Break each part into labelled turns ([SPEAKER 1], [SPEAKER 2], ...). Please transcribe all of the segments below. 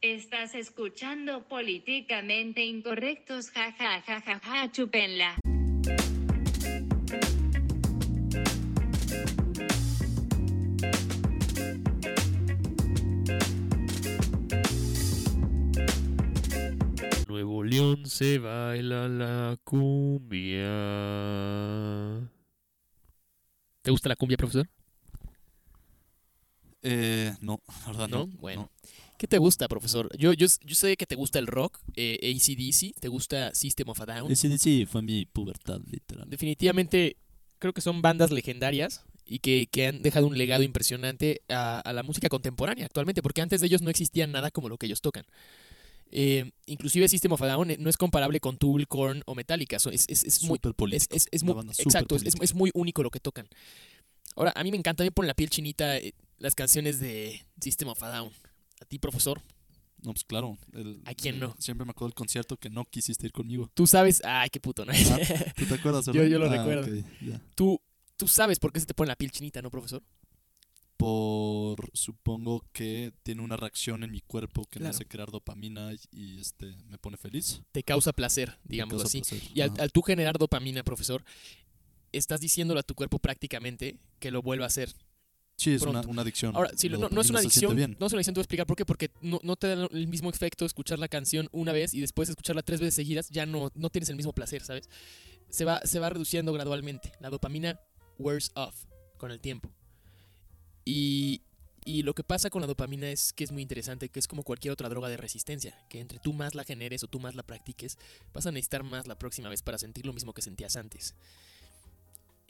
[SPEAKER 1] Estás escuchando políticamente incorrectos, jajajajaja, ja, ja, ja, ja, chúpenla.
[SPEAKER 2] Nuevo León se baila la cumbia. ¿Te gusta la cumbia, profesor?
[SPEAKER 3] Eh, no, la verdad no.
[SPEAKER 2] Bueno.
[SPEAKER 3] no.
[SPEAKER 2] ¿Qué te gusta, profesor? Yo, yo, yo sé que te gusta el rock, eh, ACDC, te gusta System of a Down.
[SPEAKER 3] Ese sí fue mi pubertad, literal.
[SPEAKER 2] Definitivamente creo que son bandas legendarias y que, que han dejado un legado impresionante a, a la música contemporánea actualmente, porque antes de ellos no existía nada como lo que ellos tocan. Eh, inclusive System of a Down eh, no es comparable con Tool, Korn o Metallica. so- Es, es, es muy,
[SPEAKER 3] Súper
[SPEAKER 2] es,
[SPEAKER 3] político.
[SPEAKER 2] es- es
[SPEAKER 3] una
[SPEAKER 2] muy,
[SPEAKER 3] banda súper
[SPEAKER 2] exacto, es, es-
[SPEAKER 3] política.
[SPEAKER 2] es muy único lo que tocan. Ahora, a mí me encanta, a mí me pone la piel chinita eh, las canciones de System of a Down. A ti, profesor,
[SPEAKER 3] No, pues claro. el-
[SPEAKER 2] ¿A quién no?
[SPEAKER 3] Siempre me acuerdo del concierto que no quisiste ir conmigo.
[SPEAKER 2] tú sabes... Ay, qué puto, ¿no?
[SPEAKER 3] Ah, ¿Tú te acuerdas?
[SPEAKER 2] Yo-
[SPEAKER 3] verdad?
[SPEAKER 2] yo lo
[SPEAKER 3] Ah,
[SPEAKER 2] recuerdo.
[SPEAKER 3] ok, ya.
[SPEAKER 2] tú, tú sabes por qué se te pone la piel chinita, ¿no, profesor?
[SPEAKER 3] Por, supongo que tiene una reacción en mi cuerpo que
[SPEAKER 2] Claro.
[SPEAKER 3] me hace crear dopamina y, y, este me pone feliz.
[SPEAKER 2] Te causa placer, digamos
[SPEAKER 3] Causa
[SPEAKER 2] así.
[SPEAKER 3] placer.
[SPEAKER 2] Y al,
[SPEAKER 3] Ajá.
[SPEAKER 2] al tú generar dopamina, profesor, estás diciéndole a tu cuerpo prácticamente que lo vuelva a hacer.
[SPEAKER 3] sí, es una,
[SPEAKER 2] pronto.
[SPEAKER 3] una adicción.
[SPEAKER 2] Ahora, sí,
[SPEAKER 3] La
[SPEAKER 2] no, no es una
[SPEAKER 3] dopamina se siente
[SPEAKER 2] adicción.
[SPEAKER 3] bien.
[SPEAKER 2] No es una adicción, te voy a explicar por qué. Porque no, no te da el mismo efecto escuchar la canción una vez y después escucharla tres veces seguidas. Ya no, no tienes el mismo placer, ¿sabes? Se va, se va reduciendo gradualmente. La dopamina wears off con el tiempo. Y, y lo que pasa con la dopamina es que es muy interesante, que es como cualquier otra droga de resistencia. Que entre tú más la generes o tú más la practiques, vas a necesitar más la próxima vez para sentir lo mismo que sentías antes.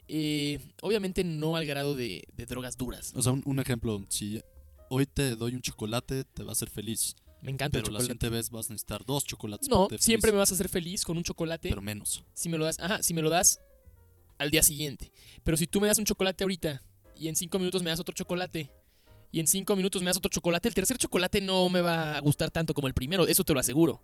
[SPEAKER 2] Eh, obviamente no al grado de, de drogas duras.
[SPEAKER 3] O sea, un, un ejemplo, si hoy te doy un chocolate, te va a hacer feliz.
[SPEAKER 2] Me encanta
[SPEAKER 3] Pero
[SPEAKER 2] el
[SPEAKER 3] la
[SPEAKER 2] chocolate.
[SPEAKER 3] siguiente vez vas a necesitar dos chocolates. para
[SPEAKER 2] No,
[SPEAKER 3] ser
[SPEAKER 2] siempre me
[SPEAKER 3] feliz,
[SPEAKER 2] vas a hacer feliz con un chocolate
[SPEAKER 3] Pero menos.
[SPEAKER 2] si me lo das, ajá, si me lo das al día siguiente. Pero si tú me das un chocolate ahorita y en cinco minutos me das otro chocolate y en cinco minutos me das otro chocolate, el tercer chocolate no me va a gustar tanto como el primero, eso te lo aseguro.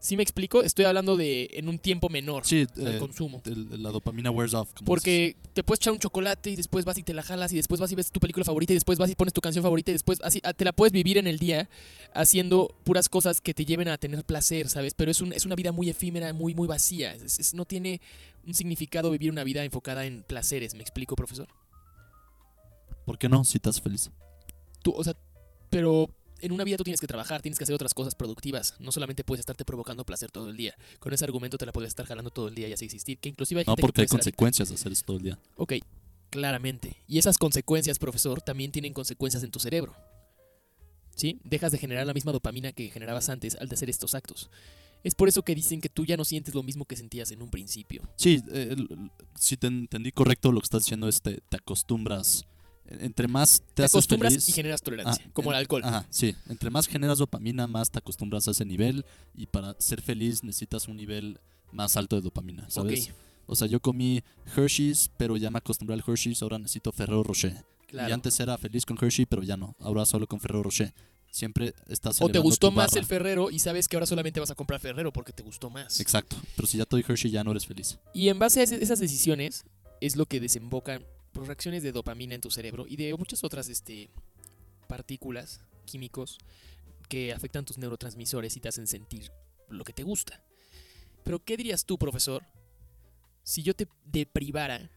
[SPEAKER 2] Si me explico, estoy hablando de en un tiempo menor
[SPEAKER 3] Sí,
[SPEAKER 2] al
[SPEAKER 3] eh,
[SPEAKER 2] consumo.
[SPEAKER 3] el- la dopamina wears off. como dices.
[SPEAKER 2] Porque te puedes echar un chocolate y después vas y te la jalas y después vas y ves tu película favorita y después vas y pones tu canción favorita y después así ah, te la puedes vivir en el día haciendo puras cosas que te lleven a tener placer, ¿sabes? Pero es, un- es una vida muy efímera, muy, muy vacía. Es- es- no tiene un significado vivir una vida enfocada en placeres, ¿me explico, profesor?
[SPEAKER 3] ¿Por qué no? Si estás feliz.
[SPEAKER 2] Tú, o sea, pero en una vida tú tienes que trabajar, tienes que hacer otras cosas productivas. No solamente puedes estarte provocando placer todo el día. Con ese argumento te la puedes estar jalando todo el día y así existir. Que inclusive hay
[SPEAKER 3] No,
[SPEAKER 2] gente que
[SPEAKER 3] porque hay
[SPEAKER 2] puede ser adicta.
[SPEAKER 3] consecuencias de hacer esto todo el día.
[SPEAKER 2] Ok, claramente. Y esas consecuencias, profesor, también tienen consecuencias en tu cerebro. ¿Sí? Dejas de generar la misma dopamina que generabas antes al de hacer estos actos. Es por eso que dicen que tú ya no sientes lo mismo que sentías en un principio.
[SPEAKER 3] Sí, eh, el- el- si te entendí correcto, lo que estás diciendo es te, te acostumbras. E- Entre más te,
[SPEAKER 2] Te,
[SPEAKER 3] haces
[SPEAKER 2] acostumbras
[SPEAKER 3] feliz-
[SPEAKER 2] y generas tolerancia,
[SPEAKER 3] Ah,
[SPEAKER 2] como el
[SPEAKER 3] en-
[SPEAKER 2] alcohol.
[SPEAKER 3] Ajá, sí. Entre más generas dopamina, más te acostumbras a ese nivel. Y para ser feliz necesitas un nivel más alto de dopamina,
[SPEAKER 2] Ok,
[SPEAKER 3] ¿sabes? O sea, yo comí Hershey's, pero ya me acostumbré al Hershey's. Ahora necesito Ferrero Rocher.
[SPEAKER 2] claro.
[SPEAKER 3] Y antes era feliz con Hershey, pero ya no. Ahora solo con Ferrero Rocher. Siempre estás
[SPEAKER 2] o te
[SPEAKER 3] elevando
[SPEAKER 2] gustó
[SPEAKER 3] tu
[SPEAKER 2] más
[SPEAKER 3] barra.
[SPEAKER 2] el Ferrero y sabes que ahora solamente vas a comprar Ferrero porque te gustó más.
[SPEAKER 3] Exacto. Pero si ya te doy Hershey, ya no eres feliz.
[SPEAKER 2] Y en base a ese- esas decisiones es lo que desembocan por reacciones de dopamina en tu cerebro y de muchas otras este, partículas químicos que afectan tus neurotransmisores y te hacen sentir lo que te gusta. Pero ¿qué dirías tú, profesor, si yo te deprivara,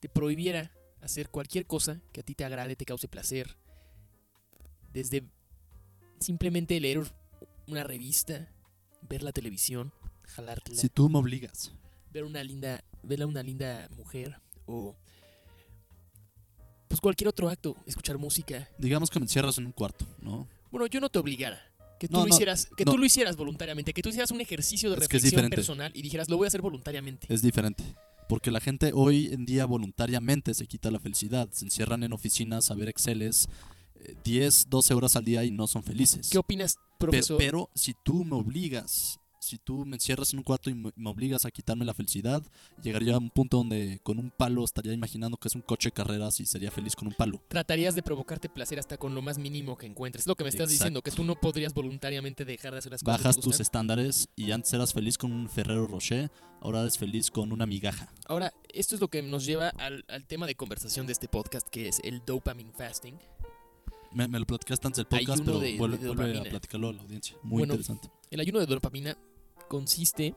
[SPEAKER 2] te prohibiera hacer cualquier cosa que a ti te agrade, te cause placer, desde simplemente leer una revista, ver la televisión, jalártela?
[SPEAKER 3] Si tú me obligas.
[SPEAKER 2] ver una linda, ver a una linda mujer o pues cualquier otro acto, escuchar música.
[SPEAKER 3] Digamos que me encierras en un cuarto, ¿no?
[SPEAKER 2] Bueno, yo no te obligara. Que tú,
[SPEAKER 3] No,
[SPEAKER 2] lo,
[SPEAKER 3] no,
[SPEAKER 2] hicieras, que
[SPEAKER 3] no.
[SPEAKER 2] tú lo hicieras voluntariamente, que tú hicieras un ejercicio de
[SPEAKER 3] Es que es
[SPEAKER 2] reflexión
[SPEAKER 3] diferente.
[SPEAKER 2] personal y dijeras, lo voy a hacer voluntariamente.
[SPEAKER 3] Es diferente. Porque la gente hoy en día voluntariamente se quita la felicidad. Se encierran en oficinas a ver Exceles eh, 10, 12 horas al día y no son felices.
[SPEAKER 2] ¿Qué opinas,
[SPEAKER 3] Pe-
[SPEAKER 2] profesor?
[SPEAKER 3] Pero, si tú me obligas, si tú me encierras en un cuarto y me, me obligas a quitarme la felicidad, llegaría a un punto donde con un palo estaría imaginando que es un coche de carreras y sería feliz con un palo.
[SPEAKER 2] Tratarías de provocarte placer hasta con lo más mínimo que encuentres. Es lo que me estás
[SPEAKER 3] Exacto.
[SPEAKER 2] diciendo, que tú no podrías voluntariamente dejar de hacer las cosas. que te
[SPEAKER 3] Bajas tus
[SPEAKER 2] gustan.
[SPEAKER 3] estándares y antes eras feliz con un Ferrero Rocher, ahora eres feliz con una migaja.
[SPEAKER 2] Ahora, esto es lo que nos lleva al, al tema de conversación de este podcast, que es el dopamine fasting.
[SPEAKER 3] Me, me lo platicaste antes del podcast,
[SPEAKER 2] Ayuno
[SPEAKER 3] pero
[SPEAKER 2] de-
[SPEAKER 3] vuelve,
[SPEAKER 2] de
[SPEAKER 3] vuelve a
[SPEAKER 2] dopamina.
[SPEAKER 3] platicarlo a la audiencia. Muy
[SPEAKER 2] Bueno.
[SPEAKER 3] interesante.
[SPEAKER 2] El ayuno de dopamina consiste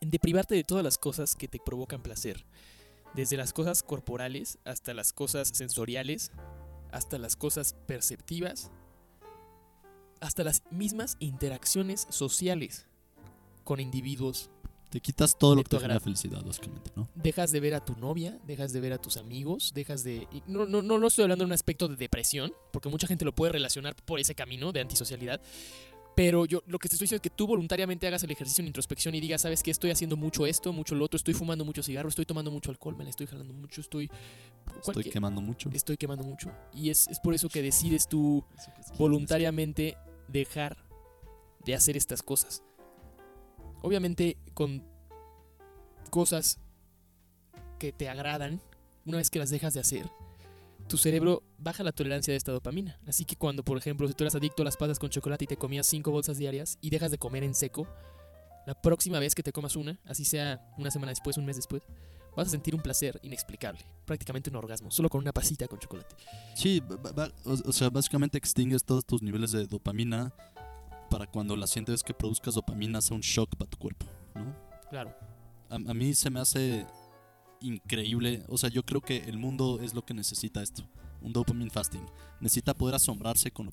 [SPEAKER 2] en deprivarte de todas las cosas que te provocan placer, desde las cosas corporales hasta las cosas sensoriales, hasta las cosas perceptivas, hasta las mismas interacciones sociales con individuos.
[SPEAKER 3] Te quitas todo lo
[SPEAKER 2] De
[SPEAKER 3] que
[SPEAKER 2] tu
[SPEAKER 3] te genera
[SPEAKER 2] agrado.
[SPEAKER 3] felicidad, básicamente, ¿no?
[SPEAKER 2] Dejas de ver a tu novia, dejas de ver a tus amigos, dejas de... y No, no, no, no estoy hablando de un aspecto de depresión, porque mucha gente lo puede relacionar por ese camino de antisocialidad, Pero yo lo que te estoy diciendo es que tú voluntariamente hagas el ejercicio en introspección y digas, sabes que estoy haciendo mucho esto, mucho lo otro, estoy fumando mucho cigarro, estoy tomando mucho alcohol, me la estoy jalando mucho, estoy.
[SPEAKER 3] Estoy
[SPEAKER 2] cualquier-
[SPEAKER 3] quemando mucho.
[SPEAKER 2] estoy quemando mucho. Y es, es por eso que decides tú voluntariamente dejar de hacer estas cosas. Obviamente con cosas que te agradan, una vez que las dejas de hacer, tu cerebro baja la tolerancia de esta dopamina. Así que cuando, por ejemplo, si tú eras adicto a las pastas con chocolate y te comías cinco bolsas diarias y dejas de comer en seco, la próxima vez que te comas una, así sea una semana después, un mes después, vas a sentir un placer inexplicable, prácticamente un orgasmo, solo con una pasita con chocolate.
[SPEAKER 3] Sí, ba- ba- ba- o, o sea, básicamente extingues todos tus niveles de dopamina para cuando la siguiente vez que produzcas dopamina sea un shock para tu cuerpo, ¿no?
[SPEAKER 2] Claro.
[SPEAKER 3] A, a mí se me hace increíble. O sea, yo creo que el mundo es lo que necesita esto. Un dopamine fasting. Necesita poder asombrarse con,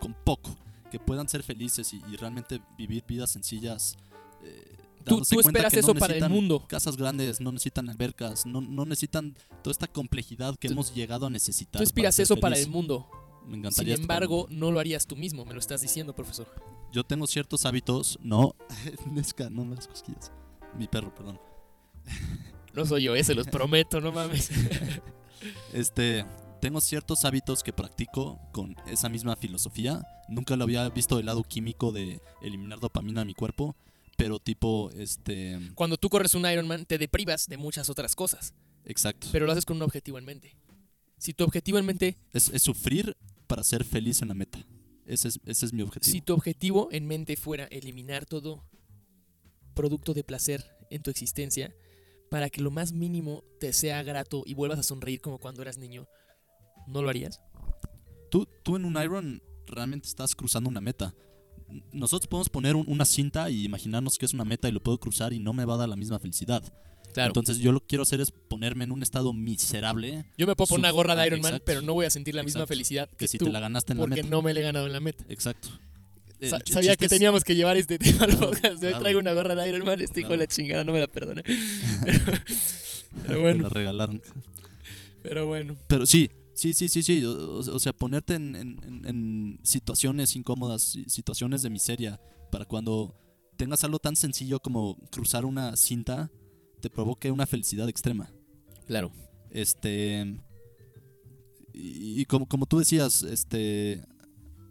[SPEAKER 3] con poco. Que puedan ser felices y, y realmente vivir vidas sencillas. eh,
[SPEAKER 2] Tú,
[SPEAKER 3] dándose
[SPEAKER 2] tú
[SPEAKER 3] cuenta
[SPEAKER 2] esperas
[SPEAKER 3] que no
[SPEAKER 2] eso para el
[SPEAKER 3] necesitan
[SPEAKER 2] mundo.
[SPEAKER 3] Casas grandes, no necesitan albercas, no, no necesitan toda esta complejidad que
[SPEAKER 2] Tú-
[SPEAKER 3] hemos llegado a necesitar.
[SPEAKER 2] Tú aspiras
[SPEAKER 3] ser
[SPEAKER 2] eso para
[SPEAKER 3] feliz.
[SPEAKER 2] el mundo.
[SPEAKER 3] Me encantaría
[SPEAKER 2] Sin
[SPEAKER 3] esto para el
[SPEAKER 2] embargo, no lo harías tú mismo, me lo estás diciendo, profesor.
[SPEAKER 3] yo tengo ciertos hábitos, no, Nesca, no me hagas cosquillas. Mi perro, perdón.
[SPEAKER 2] No soy yo ese, los prometo, no mames.
[SPEAKER 3] Este, tengo ciertos hábitos que practico con esa misma filosofía. Nunca lo había visto del lado químico de eliminar dopamina de mi cuerpo, pero tipo, este,
[SPEAKER 2] Cuando tú corres un Ironman, te deprivas de muchas otras cosas,
[SPEAKER 3] exacto.
[SPEAKER 2] pero lo haces con un objetivo en mente. Si tu objetivo en mente,
[SPEAKER 3] Es, es sufrir para ser feliz en la meta. Ese es, ese es mi objetivo.
[SPEAKER 2] si tu objetivo en mente fuera eliminar todo producto de placer en tu existencia, para que lo más mínimo te sea grato y vuelvas a sonreír como cuando eras niño, ¿no lo harías?
[SPEAKER 3] Tú, tú en un Iron realmente estás cruzando una meta. Nosotros podemos poner un- una cinta y imaginarnos que es una meta y lo puedo cruzar y no me va a dar la misma felicidad. Entonces yo lo que quiero hacer es ponerme en un estado miserable
[SPEAKER 2] yo me puedo poner una
[SPEAKER 3] Suf-
[SPEAKER 2] gorra
[SPEAKER 3] ah,
[SPEAKER 2] de Ironman,
[SPEAKER 3] exacto.
[SPEAKER 2] pero no voy a sentir la misma
[SPEAKER 3] Exacto.
[SPEAKER 2] felicidad que,
[SPEAKER 3] que si
[SPEAKER 2] tú,
[SPEAKER 3] te la ganaste en la
[SPEAKER 2] porque
[SPEAKER 3] meta.
[SPEAKER 2] no me la he ganado en la meta.
[SPEAKER 3] Exacto. El
[SPEAKER 2] Sa-
[SPEAKER 3] ch-
[SPEAKER 2] sabía
[SPEAKER 3] chiste
[SPEAKER 2] que
[SPEAKER 3] es-
[SPEAKER 2] teníamos que llevar este tema al podcast. Hoy
[SPEAKER 3] claro.
[SPEAKER 2] traigo una gorra de Iron Man, este hijo de la
[SPEAKER 3] Claro.
[SPEAKER 2] chingada, no me la perdona. Pero, pero
[SPEAKER 3] Te
[SPEAKER 2] bueno,
[SPEAKER 3] la regalaron.
[SPEAKER 2] pero bueno.
[SPEAKER 3] Pero sí, sí, sí, sí, sí. O, o- o sea, ponerte en, en- en- en situaciones incómodas, si- situaciones de miseria, para cuando tengas algo tan sencillo como cruzar una cinta, te provoque una felicidad extrema.
[SPEAKER 2] Claro.
[SPEAKER 3] Este. Y, y como, como tú decías, este.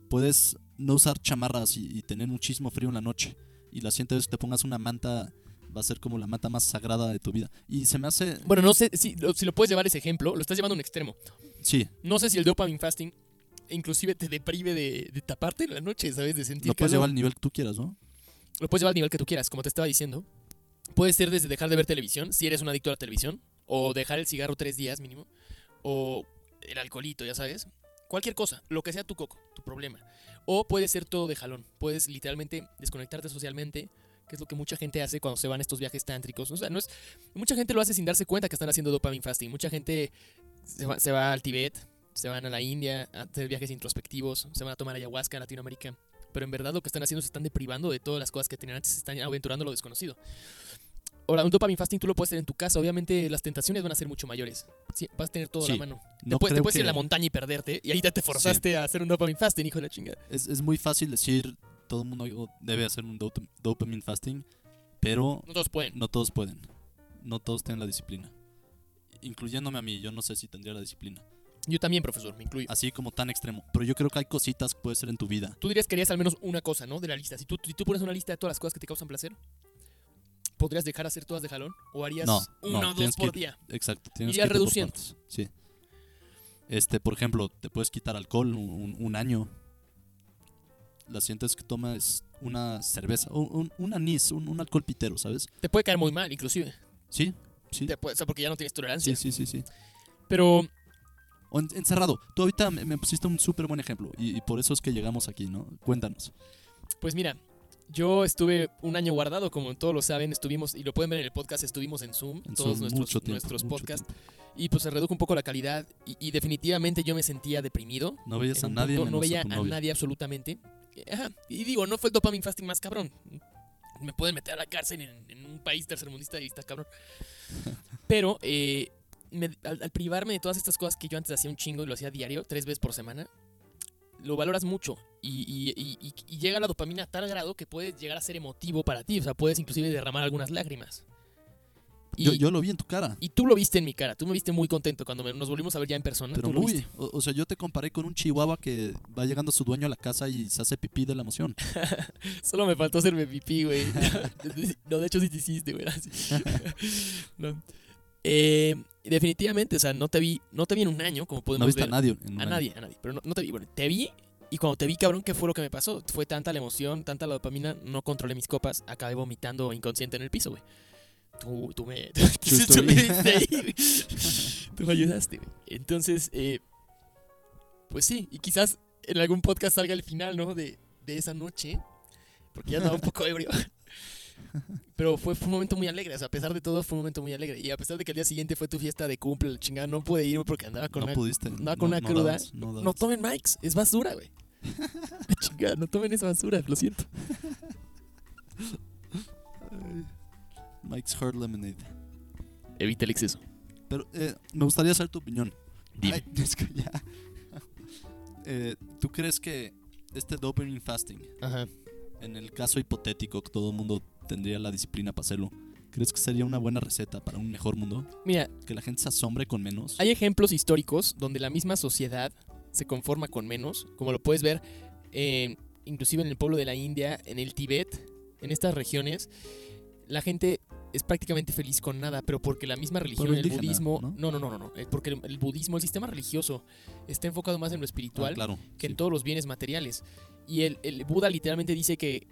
[SPEAKER 3] Puedes no usar chamarras y, y tener muchísimo frío en la noche. Y la siguiente vez que te pongas una manta, va a ser como la manta más sagrada de tu vida. Y se me hace.
[SPEAKER 2] Bueno, no sé si lo, si lo puedes llevar ese ejemplo, lo estás llevando a un extremo.
[SPEAKER 3] Sí,
[SPEAKER 2] No sé si el dopamine fasting inclusive te deprive de, de taparte en la noche, ¿sabes? De sentir
[SPEAKER 3] lo puedes
[SPEAKER 2] calor.
[SPEAKER 3] llevar al nivel que tú quieras, ¿no?
[SPEAKER 2] Lo puedes llevar al nivel que tú quieras, como te estaba diciendo. Puede ser desde dejar de ver televisión, si eres un adicto a la televisión, o dejar el cigarro tres días mínimo, o el alcoholito, ya sabes. Cualquier cosa, lo que sea tu coco, tu problema. O puede ser todo de jalón. Puedes literalmente desconectarte socialmente, que es lo que mucha gente hace cuando se van a estos viajes tántricos. O sea, no es. Mucha gente lo hace sin darse cuenta que están haciendo dopamine fasting. Mucha gente se va, se va al Tibet, se van a la India a hacer viajes introspectivos, se van a tomar ayahuasca en Latinoamérica pero en verdad lo que están haciendo se están deprivando de todas las cosas que tenían antes, se están aventurando a lo desconocido. Ahora, un dopamine fasting tú lo puedes hacer en tu casa, obviamente las tentaciones van a ser mucho mayores. Sí, vas a tener todo a
[SPEAKER 3] Sí,
[SPEAKER 2] la mano.
[SPEAKER 3] No
[SPEAKER 2] Después te
[SPEAKER 3] creo
[SPEAKER 2] puedes ir a
[SPEAKER 3] que-
[SPEAKER 2] la montaña y perderte, y ahorita te forzaste a hacer un dopamine fasting, hijo de la chingada.
[SPEAKER 3] es, es muy fácil decir, todo el mundo debe hacer un dop- dopamine fasting, pero
[SPEAKER 2] No todos pueden.
[SPEAKER 3] no todos pueden. No todos tienen la disciplina. Incluyéndome a mí, yo no sé si tendría la disciplina.
[SPEAKER 2] Yo también, profesor, me incluyo.
[SPEAKER 3] Así como tan extremo. Pero yo creo que hay cositas que puede ser en tu vida.
[SPEAKER 2] Tú dirías que harías al menos una cosa, ¿no? De la lista. Si tú, si tú pones una lista de todas las cosas que te causan placer, ¿podrías dejar hacer todas de jalón? ¿O harías
[SPEAKER 3] No,
[SPEAKER 2] una
[SPEAKER 3] no,
[SPEAKER 2] o dos
[SPEAKER 3] tienes
[SPEAKER 2] por
[SPEAKER 3] que-
[SPEAKER 2] día?
[SPEAKER 3] Exacto. Tienes
[SPEAKER 2] Y ya
[SPEAKER 3] que irte por
[SPEAKER 2] reduciendo.
[SPEAKER 3] partes, Sí. Este, por ejemplo, te puedes quitar alcohol un, un- un año. La siguiente vez que tomas una cerveza, o un, un anís, un, un alcohol pitero, ¿sabes?
[SPEAKER 2] Te puede caer muy mal, inclusive.
[SPEAKER 3] Sí, sí.
[SPEAKER 2] Te puede- o sea, porque ya no tienes
[SPEAKER 3] Sí,
[SPEAKER 2] tolerancia.
[SPEAKER 3] sí, sí, sí.
[SPEAKER 2] Pero
[SPEAKER 3] O O en- encerrado. Tú ahorita me, me pusiste un súper buen ejemplo y, y por eso es que llegamos aquí, ¿no? Cuéntanos.
[SPEAKER 2] Pues mira, yo estuve un año guardado, como todos lo saben, estuvimos, y lo pueden ver en el podcast, estuvimos en Zoom,
[SPEAKER 3] En
[SPEAKER 2] todos
[SPEAKER 3] Zoom,
[SPEAKER 2] nuestros,
[SPEAKER 3] mucho tiempo,
[SPEAKER 2] nuestros
[SPEAKER 3] mucho
[SPEAKER 2] podcasts, y pues se redujo un poco la calidad, y, y definitivamente yo me sentía deprimido.
[SPEAKER 3] No veías
[SPEAKER 2] en
[SPEAKER 3] a
[SPEAKER 2] un
[SPEAKER 3] nadie
[SPEAKER 2] punto,
[SPEAKER 3] menos
[SPEAKER 2] no veía
[SPEAKER 3] a tu
[SPEAKER 2] a,
[SPEAKER 3] novia.
[SPEAKER 2] nadie absolutamente. Eh, Ajá, y digo, no fue el dopamine fasting más cabrón. Me pueden meter a la cárcel en, en un país tercermundista y está cabrón. Pero eh, me- al, al privarme de todas estas cosas que yo antes hacía un chingo y lo hacía diario, tres veces por semana, lo valoras mucho. Y, y- y- y- y llega la dopamina a tal grado que puedes llegar a ser emotivo para ti. O sea, puedes inclusive derramar algunas lágrimas. Y,
[SPEAKER 3] Yo, yo lo vi en tu cara.
[SPEAKER 2] y tú lo viste en mi cara. Tú me viste muy contento cuando me- nos volvimos a ver ya en persona.
[SPEAKER 3] Pero
[SPEAKER 2] tú lo
[SPEAKER 3] muy,
[SPEAKER 2] viste.
[SPEAKER 3] o, o sea, yo te comparé con un chihuahua que va llegando su dueño a la casa y se hace pipí de la emoción.
[SPEAKER 2] Solo me faltó hacerme pipí, güey. no, de hecho sí te hiciste, güey. Así. No. Eh, definitivamente, o sea, no te vi, no te vi en un año, como podemos
[SPEAKER 3] No viste
[SPEAKER 2] ver.
[SPEAKER 3] a nadie. en un
[SPEAKER 2] A
[SPEAKER 3] año.
[SPEAKER 2] nadie, a nadie. Pero no, no te vi. Bueno, te vi y cuando te vi, cabrón, ¿qué fue lo que me pasó? Fue tanta la emoción, tanta la dopamina, no controlé mis copas, acabé vomitando inconsciente en el piso, güey. Tú, tú me. Tú, tú me
[SPEAKER 3] story.
[SPEAKER 2] diste ahí, güey. Tú me ayudaste, güey. Entonces, eh, pues sí, y quizás en algún podcast salga el final, ¿no? De, de esa noche, porque ya andaba un poco ebrio. Pero fue, fue un momento muy alegre, o sea, a pesar de todo fue un momento muy alegre. Y a pesar de que el día siguiente fue tu fiesta de cumple, la chingada, no pude irme porque andaba con
[SPEAKER 3] No
[SPEAKER 2] una
[SPEAKER 3] pudiste.
[SPEAKER 2] andaba con una cruda.
[SPEAKER 3] dabas, no
[SPEAKER 2] no
[SPEAKER 3] dabas.
[SPEAKER 2] tomen mics, es basura, güey. Chingada, no tomen esa basura, lo siento.
[SPEAKER 3] Mike's Hard Lemonade.
[SPEAKER 2] Evita el exceso.
[SPEAKER 3] Pero eh, me gustaría saber tu opinión.
[SPEAKER 2] Dime.
[SPEAKER 3] Ay, es que ya. Eh, ¿Tú crees que este dopamine fasting,
[SPEAKER 2] Ajá.
[SPEAKER 3] en el caso hipotético que todo el mundo tendría la disciplina para hacerlo, ¿crees que sería una buena receta para un mejor mundo?
[SPEAKER 2] Mira,
[SPEAKER 3] Que la gente se asombre con menos.
[SPEAKER 2] hay ejemplos históricos donde la misma sociedad se conforma con menos, como lo puedes ver eh, inclusive en el pueblo de la India, en el Tíbet, en estas regiones, la gente es prácticamente feliz con nada, pero porque la misma religión, el
[SPEAKER 3] indígena,
[SPEAKER 2] budismo,
[SPEAKER 3] ¿no?
[SPEAKER 2] no, no, no, no, no, eh, porque el, el budismo, el sistema religioso está enfocado más en lo
[SPEAKER 3] Ah,
[SPEAKER 2] espiritual
[SPEAKER 3] claro.
[SPEAKER 2] que en
[SPEAKER 3] sí.
[SPEAKER 2] todos los bienes materiales. Y el, el Buda literalmente dice que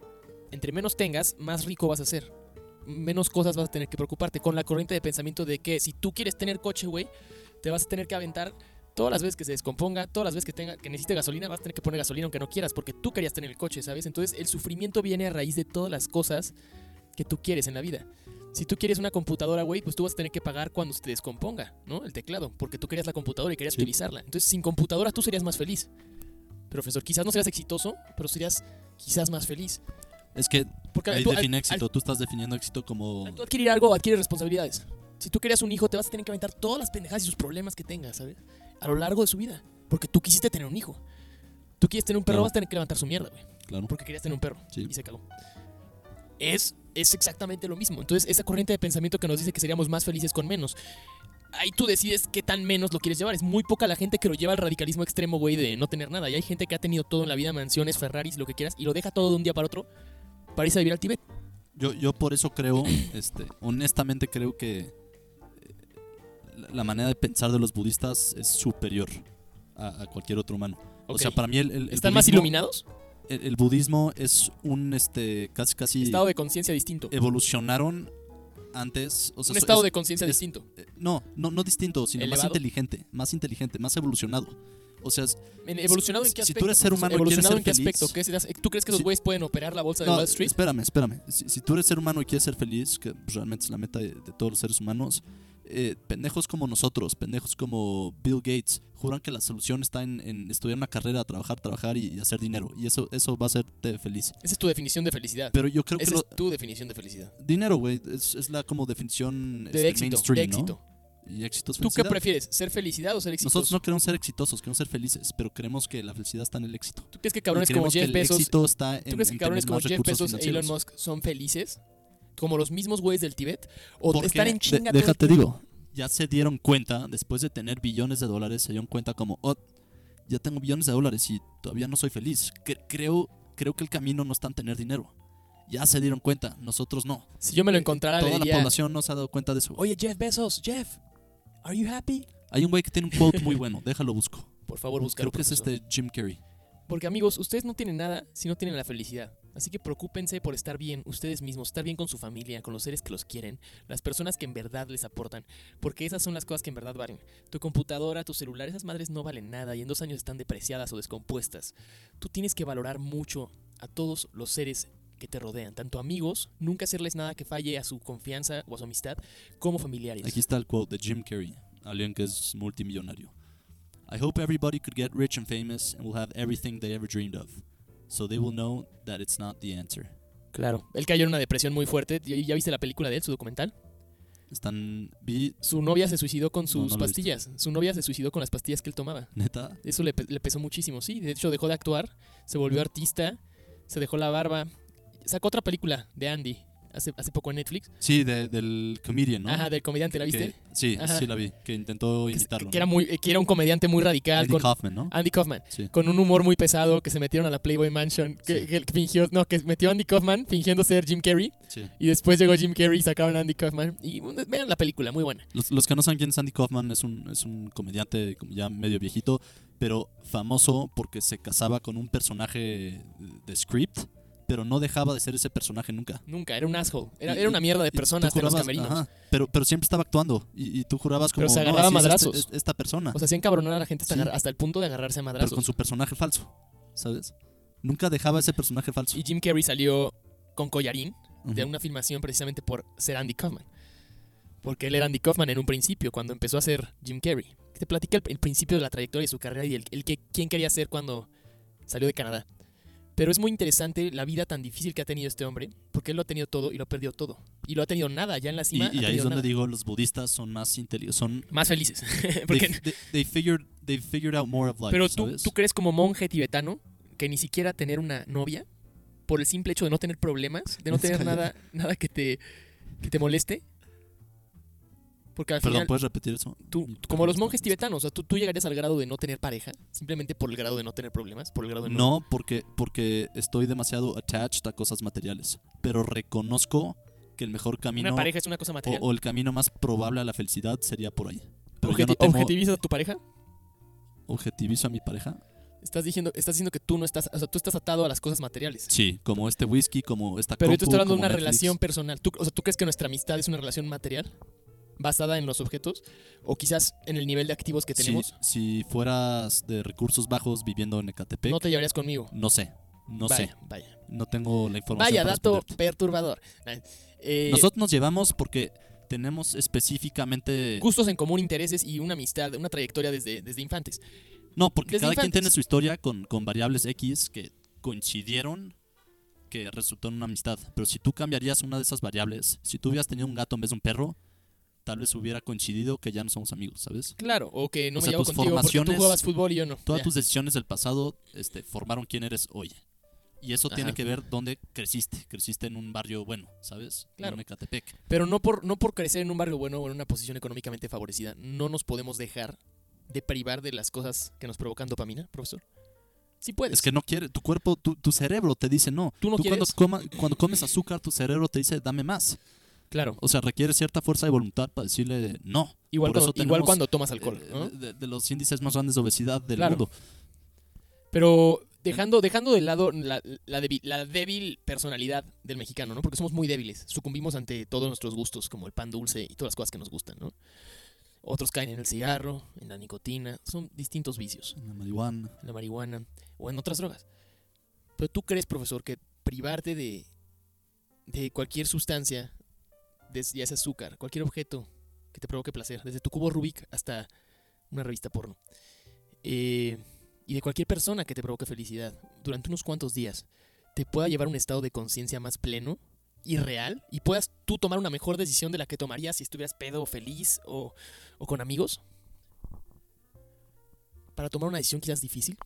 [SPEAKER 2] entre menos tengas, más rico vas a ser. Menos cosas vas a tener que preocuparte. Con la corriente de pensamiento de que si tú quieres tener coche, güey, te vas a tener que aventar todas las veces que se descomponga, todas las veces que, tenga, que necesite gasolina, vas a tener que poner gasolina aunque no quieras, porque tú querías tener el coche, ¿sabes? Entonces el sufrimiento viene a raíz de todas las cosas que tú quieres en la vida. Si tú quieres una computadora, güey, pues tú vas a tener que pagar cuando se te descomponga, ¿no? El teclado, porque tú querías la computadora y querías
[SPEAKER 3] Sí.
[SPEAKER 2] utilizarla. Entonces, sin computadora tú serías más feliz. Profesor, quizás no serías exitoso, pero serías quizás más feliz.
[SPEAKER 3] Es que
[SPEAKER 2] Porque al-
[SPEAKER 3] ahí
[SPEAKER 2] tú, al-
[SPEAKER 3] define
[SPEAKER 2] al-
[SPEAKER 3] éxito. Tú estás definiendo éxito como.
[SPEAKER 2] al tú adquirir algo, adquieres responsabilidades. Si tú querías un hijo, te vas a tener que aventar todas las pendejadas y sus problemas que tengas, ¿sabes? A lo largo de su vida. Porque tú quisiste tener un hijo. Tú quieres tener un perro,
[SPEAKER 3] Claro.
[SPEAKER 2] vas a tener que levantar su mierda, güey.
[SPEAKER 3] Claro.
[SPEAKER 2] Porque querías tener un perro.
[SPEAKER 3] Sí.
[SPEAKER 2] Y se cagó. Es, es exactamente lo mismo. Entonces, esa corriente de pensamiento que nos dice que seríamos más felices con menos. Ahí tú decides qué tan menos lo quieres llevar. Es muy poca la gente que lo lleva al radicalismo extremo, güey, de no tener nada. Y hay gente que ha tenido todo en la vida, mansiones, Ferraris, lo que quieras, y lo deja todo de un día para otro para irse a vivir al Tíbet.
[SPEAKER 3] Yo, yo por eso creo, este, honestamente creo que eh, la- la manera de pensar de los budistas es superior a, a cualquier otro humano. O
[SPEAKER 2] Ok.
[SPEAKER 3] sea, para mí el, el- el
[SPEAKER 2] ¿Están más
[SPEAKER 3] budismo-
[SPEAKER 2] iluminados?
[SPEAKER 3] El, el budismo es un, este, casi casi
[SPEAKER 2] Estado de conciencia distinto.
[SPEAKER 3] evolucionaron antes. O sea,
[SPEAKER 2] un
[SPEAKER 3] Em, so-
[SPEAKER 2] estado
[SPEAKER 3] es-
[SPEAKER 2] de conciencia
[SPEAKER 3] es-
[SPEAKER 2] distinto.
[SPEAKER 3] eh, no, no, no distinto, sino más
[SPEAKER 2] Elevado.
[SPEAKER 3] inteligente, más inteligente, más evolucionado. O sea, es-
[SPEAKER 2] En- ¿Evolucionado en
[SPEAKER 3] si-
[SPEAKER 2] qué aspecto?
[SPEAKER 3] si tú eres ser
[SPEAKER 2] profesor?
[SPEAKER 3] humano y quieres
[SPEAKER 2] ¿Evolucionado
[SPEAKER 3] ser
[SPEAKER 2] en qué
[SPEAKER 3] feliz-
[SPEAKER 2] aspecto? ¿Qué serás? ¿Tú crees que esos
[SPEAKER 3] Si-
[SPEAKER 2] güeyes pueden operar la bolsa de
[SPEAKER 3] No,
[SPEAKER 2] Wall Street?
[SPEAKER 3] Espérame, espérame. Si, si tú eres ser humano y quieres ser feliz, que pues, realmente es la meta de, de todos los seres humanos, eh, pendejos como nosotros, pendejos como Bill Gates, juran que la solución está en, en estudiar una carrera, trabajar, trabajar y, y hacer dinero. Y eso, eso va a hacerte feliz.
[SPEAKER 2] Esa es tu definición de felicidad.
[SPEAKER 3] Pero yo creo que
[SPEAKER 2] Esa
[SPEAKER 3] lo-
[SPEAKER 2] es tu definición de felicidad.
[SPEAKER 3] dinero, güey, es, es la como definición
[SPEAKER 2] De
[SPEAKER 3] este,
[SPEAKER 2] éxito,
[SPEAKER 3] mainstream,
[SPEAKER 2] de
[SPEAKER 3] ¿no?
[SPEAKER 2] éxito.
[SPEAKER 3] Y éxito es
[SPEAKER 2] ¿Tú qué
[SPEAKER 3] felicidad.
[SPEAKER 2] prefieres? ¿Ser felicidad o ser exitoso?
[SPEAKER 3] Nosotros no queremos ser exitosos, queremos ser felices, pero creemos que la felicidad está en el éxito.
[SPEAKER 2] ¿Tú crees que
[SPEAKER 3] Y
[SPEAKER 2] cabrones como
[SPEAKER 3] creemos que
[SPEAKER 2] Jeff
[SPEAKER 3] el
[SPEAKER 2] Bezos,
[SPEAKER 3] éxito está en,
[SPEAKER 2] ¿tú crees que
[SPEAKER 3] en
[SPEAKER 2] cabrones
[SPEAKER 3] tener
[SPEAKER 2] como
[SPEAKER 3] más
[SPEAKER 2] Jeff
[SPEAKER 3] recursos
[SPEAKER 2] Bezos e Elon
[SPEAKER 3] financieros.
[SPEAKER 2] Musk son felices? ¿Como los mismos güeyes del Tíbet? ¿O
[SPEAKER 3] Porque,
[SPEAKER 2] están en
[SPEAKER 3] de-
[SPEAKER 2] chinga todo el
[SPEAKER 3] déjate
[SPEAKER 2] tiempo?
[SPEAKER 3] digo, ya se dieron cuenta, después de tener billones de dólares, se dieron cuenta como, oh, ya tengo billones de dólares y todavía no soy feliz. Cre- creo, creo que el camino no está en tener dinero. Ya se dieron cuenta, nosotros no.
[SPEAKER 2] Si yo me lo encontrara, le
[SPEAKER 3] Toda la
[SPEAKER 2] diría,
[SPEAKER 3] población no se ha dado cuenta de eso.
[SPEAKER 2] Oye, Jeff Bezos, Jeff, ¿are you happy?
[SPEAKER 3] Hay un güey que tiene un quote muy bueno, déjalo busco.
[SPEAKER 2] Por favor, búscalo.
[SPEAKER 3] Creo que es
[SPEAKER 2] profesor.
[SPEAKER 3] este Jim Carrey.
[SPEAKER 2] Porque amigos, ustedes no tienen nada si no tienen la felicidad. Así que preocúpense por estar bien ustedes mismos, estar bien con su familia, con los seres que los quieren, las personas que en verdad les aportan, porque esas son las cosas que en verdad valen. Tu computadora, tu celular, esas madres no valen nada y en dos años están depreciadas o descompuestas. Tú tienes que valorar mucho a todos los seres que te rodean, tanto amigos, nunca hacerles nada que falle a su confianza o a su amistad, como familiares.
[SPEAKER 3] Aquí está el quote de Jim Carrey, alguien que es multimillonario. I hope everybody could get rich and famous and will have everything they ever dreamed of, so they will know that it's not the answer.
[SPEAKER 2] Claro. Él cayó en una depresión muy fuerte. ¿Ya- ¿Ya viste la película de él, su documental?
[SPEAKER 3] Están vi
[SPEAKER 2] Su novia se suicidó con sus
[SPEAKER 3] no lo he visto.
[SPEAKER 2] pastillas. Su novia se suicidó con las pastillas que él tomaba.
[SPEAKER 3] neta
[SPEAKER 2] Eso le, pe- le pesó muchísimo, sí. De hecho, dejó de actuar, se volvió artista, se dejó la barba. Sacó otra película de Andy hace, hace poco en Netflix.
[SPEAKER 3] sí de- del comedian, ¿no?
[SPEAKER 2] Ajá, del comediante, ¿la viste?
[SPEAKER 3] Que- sí,
[SPEAKER 2] Ajá.
[SPEAKER 3] sí la vi, que intentó
[SPEAKER 2] Que-
[SPEAKER 3] imitarlo.
[SPEAKER 2] que, era muy, eh, que era un comediante muy
[SPEAKER 3] ¿no?
[SPEAKER 2] radical
[SPEAKER 3] Andy
[SPEAKER 2] con
[SPEAKER 3] Kaufman, ¿no?
[SPEAKER 2] Andy Kaufman.
[SPEAKER 3] Sí.
[SPEAKER 2] Con un humor muy pesado que se metieron a la Playboy Mansion. Que,
[SPEAKER 3] Sí.
[SPEAKER 2] que él fingió, no, que metió a Andy Kaufman fingiendo ser Jim Carrey.
[SPEAKER 3] sí.
[SPEAKER 2] Y después llegó Jim Carrey y sacaron a Andy Kaufman. Y bueno, vean la película, muy buena.
[SPEAKER 3] Los, los que no saben quién es Andy Kaufman es un, es un comediante como ya medio viejito, pero famoso porque se casaba con un personaje de script, pero no dejaba de ser ese personaje nunca.
[SPEAKER 2] Nunca, era un asshole. Era,
[SPEAKER 3] Y-
[SPEAKER 2] era una mierda de
[SPEAKER 3] Y tú
[SPEAKER 2] persona hasta en los
[SPEAKER 3] jurabas-
[SPEAKER 2] camerinos.
[SPEAKER 3] ajá, pero, pero siempre estaba actuando y, y tú jurabas como
[SPEAKER 2] Pero se
[SPEAKER 3] "No,
[SPEAKER 2] agarraba
[SPEAKER 3] así es este-
[SPEAKER 2] madrazos.
[SPEAKER 3] es- esta persona,
[SPEAKER 2] O sea, hacían cabronar a la gente hasta,
[SPEAKER 3] Sí.
[SPEAKER 2] agar- hasta el punto de agarrarse a
[SPEAKER 3] pero con
[SPEAKER 2] madrazos.
[SPEAKER 3] su personaje falso, ¿sabes? Nunca dejaba ese personaje falso.
[SPEAKER 2] Y Jim Carrey salió con collarín
[SPEAKER 3] Ujú.
[SPEAKER 2] de una filmación precisamente por ser Andy Kaufman. Porque él era Andy Kaufman en un principio, cuando empezó a ser Jim Carrey. Te platica el, el principio de la trayectoria de su carrera y el, el que, quién quería ser cuando salió de Canadá. Pero es muy interesante la vida tan difícil que ha tenido este hombre, porque él lo ha tenido todo y lo ha perdido todo. Y lo ha tenido nada, ya en la
[SPEAKER 3] Y-
[SPEAKER 2] cima. ha
[SPEAKER 3] y ahí es
[SPEAKER 2] tenido
[SPEAKER 3] donde
[SPEAKER 2] nada.
[SPEAKER 3] digo, los budistas son más inteligentes, son...
[SPEAKER 2] Más felices.
[SPEAKER 3] They,
[SPEAKER 2] porque
[SPEAKER 3] they- they figured, they figured out more of life,
[SPEAKER 2] Pero tú,
[SPEAKER 3] ¿sabes?
[SPEAKER 2] tú crees como monje tibetano que ni siquiera tener una novia, por el simple hecho de no tener problemas, de no tener nada, nada que te, que te moleste. Porque al
[SPEAKER 3] Perdón,
[SPEAKER 2] final,
[SPEAKER 3] ¿puedes repetir eso?
[SPEAKER 2] tú,
[SPEAKER 3] mi
[SPEAKER 2] como los
[SPEAKER 3] pregunta.
[SPEAKER 2] monjes tibetanos, o sea, tú, tú llegarías al grado de no tener pareja, simplemente por el grado de no tener problemas, por el grado de no.
[SPEAKER 3] No, porque, porque estoy demasiado attached a cosas materiales. Pero reconozco que el mejor camino
[SPEAKER 2] Una pareja es una cosa
[SPEAKER 3] o,
[SPEAKER 2] material.
[SPEAKER 3] o el camino más probable a la felicidad sería por ahí. Pero yo
[SPEAKER 2] Objeti-
[SPEAKER 3] no tengo-
[SPEAKER 2] ¿Objetivizas a tu pareja?
[SPEAKER 3] objetivizo a mi pareja.
[SPEAKER 2] Estás diciendo, estás diciendo que tú no estás, o sea, tú estás atado a las cosas materiales.
[SPEAKER 3] Sí, como este whisky, como esta
[SPEAKER 2] Pero yo te
[SPEAKER 3] compu,
[SPEAKER 2] estoy hablando de
[SPEAKER 3] como
[SPEAKER 2] una
[SPEAKER 3] Netflix.
[SPEAKER 2] relación personal. ¿Tú, o sea, ¿tú crees que nuestra amistad es una relación material? ¿Basada en los objetos? ¿O quizás en el nivel de activos que
[SPEAKER 3] Sí,
[SPEAKER 2] tenemos?
[SPEAKER 3] si fueras de recursos bajos viviendo en Ecatepec,
[SPEAKER 2] No
[SPEAKER 3] no,
[SPEAKER 2] te llevarías conmigo.
[SPEAKER 3] sé. No
[SPEAKER 2] vaya,
[SPEAKER 3] sé.
[SPEAKER 2] Vaya,
[SPEAKER 3] No tengo la información.
[SPEAKER 2] Vaya
[SPEAKER 3] para
[SPEAKER 2] dato
[SPEAKER 3] responderte.
[SPEAKER 2] perturbador. Eh,
[SPEAKER 3] Nosotros nos llevamos porque tenemos específicamente.
[SPEAKER 2] gustos en común, intereses y una amistad, una trayectoria desde, desde infantes.
[SPEAKER 3] No, porque
[SPEAKER 2] Desde
[SPEAKER 3] cada quien
[SPEAKER 2] infantes.
[SPEAKER 3] tiene su historia con, con variables X que coincidieron que resultó en una amistad. Pero si tú cambiarías una de esas variables, si tú hubieras tenido un gato en vez de un perro, tal vez hubiera coincidido que ya no somos amigos, ¿sabes?
[SPEAKER 2] Claro, o que no
[SPEAKER 3] O
[SPEAKER 2] me
[SPEAKER 3] sea,
[SPEAKER 2] llevo
[SPEAKER 3] tus
[SPEAKER 2] contigo porque tú
[SPEAKER 3] formaciones-
[SPEAKER 2] jugabas fútbol y yo no.
[SPEAKER 3] Todas
[SPEAKER 2] Ya.
[SPEAKER 3] tus decisiones del pasado este, formaron quién eres hoy. Y eso tiene
[SPEAKER 2] Ajá.
[SPEAKER 3] que ver dónde creciste. Creciste en un barrio bueno, ¿sabes? No
[SPEAKER 2] Claro.
[SPEAKER 3] En Ecatepec.
[SPEAKER 2] Pero no por, no por crecer en un barrio bueno o en una posición económicamente favorecida, no nos podemos dejar de privar de las cosas que nos provocan dopamina, profesor. Sí puedes.
[SPEAKER 3] Es que no quiere. Tu cuerpo, tu, tu cerebro te dice no.
[SPEAKER 2] Tú no
[SPEAKER 3] cuando,
[SPEAKER 2] quieres.
[SPEAKER 3] coma- cuando comes azúcar, tu cerebro te dice dame más.
[SPEAKER 2] claro.
[SPEAKER 3] O sea, requiere cierta fuerza de voluntad para decirle no.
[SPEAKER 2] Igual,
[SPEAKER 3] Por
[SPEAKER 2] cuando,
[SPEAKER 3] eso
[SPEAKER 2] igual
[SPEAKER 3] tenemos,
[SPEAKER 2] cuando tomas alcohol.
[SPEAKER 3] eh,
[SPEAKER 2] ¿no?
[SPEAKER 3] de, de los índices más grandes de obesidad del
[SPEAKER 2] Claro.
[SPEAKER 3] mundo.
[SPEAKER 2] Pero dejando, dejando de lado la, la, débil, la débil personalidad del mexicano, ¿no? Porque somos muy débiles. Sucumbimos ante todos nuestros gustos, como el pan dulce y todas las cosas que nos gustan, ¿no? Otros caen en el cigarro, en la nicotina. Son distintos vicios.
[SPEAKER 3] La marihuana.
[SPEAKER 2] En la marihuana o en otras drogas. Pero tú crees, profesor, que privarte de, de cualquier sustancia, de- ya sea azúcar, cualquier objeto que te provoque placer, desde tu cubo Rubik hasta una revista porno, eh, y de cualquier persona que te provoque felicidad durante unos cuantos días, te pueda llevar a un estado de conciencia más pleno y real y puedas tú tomar una mejor decisión de la que tomarías si estuvieras pedo o feliz o, o con amigos? Para tomar una decisión quizás difícil.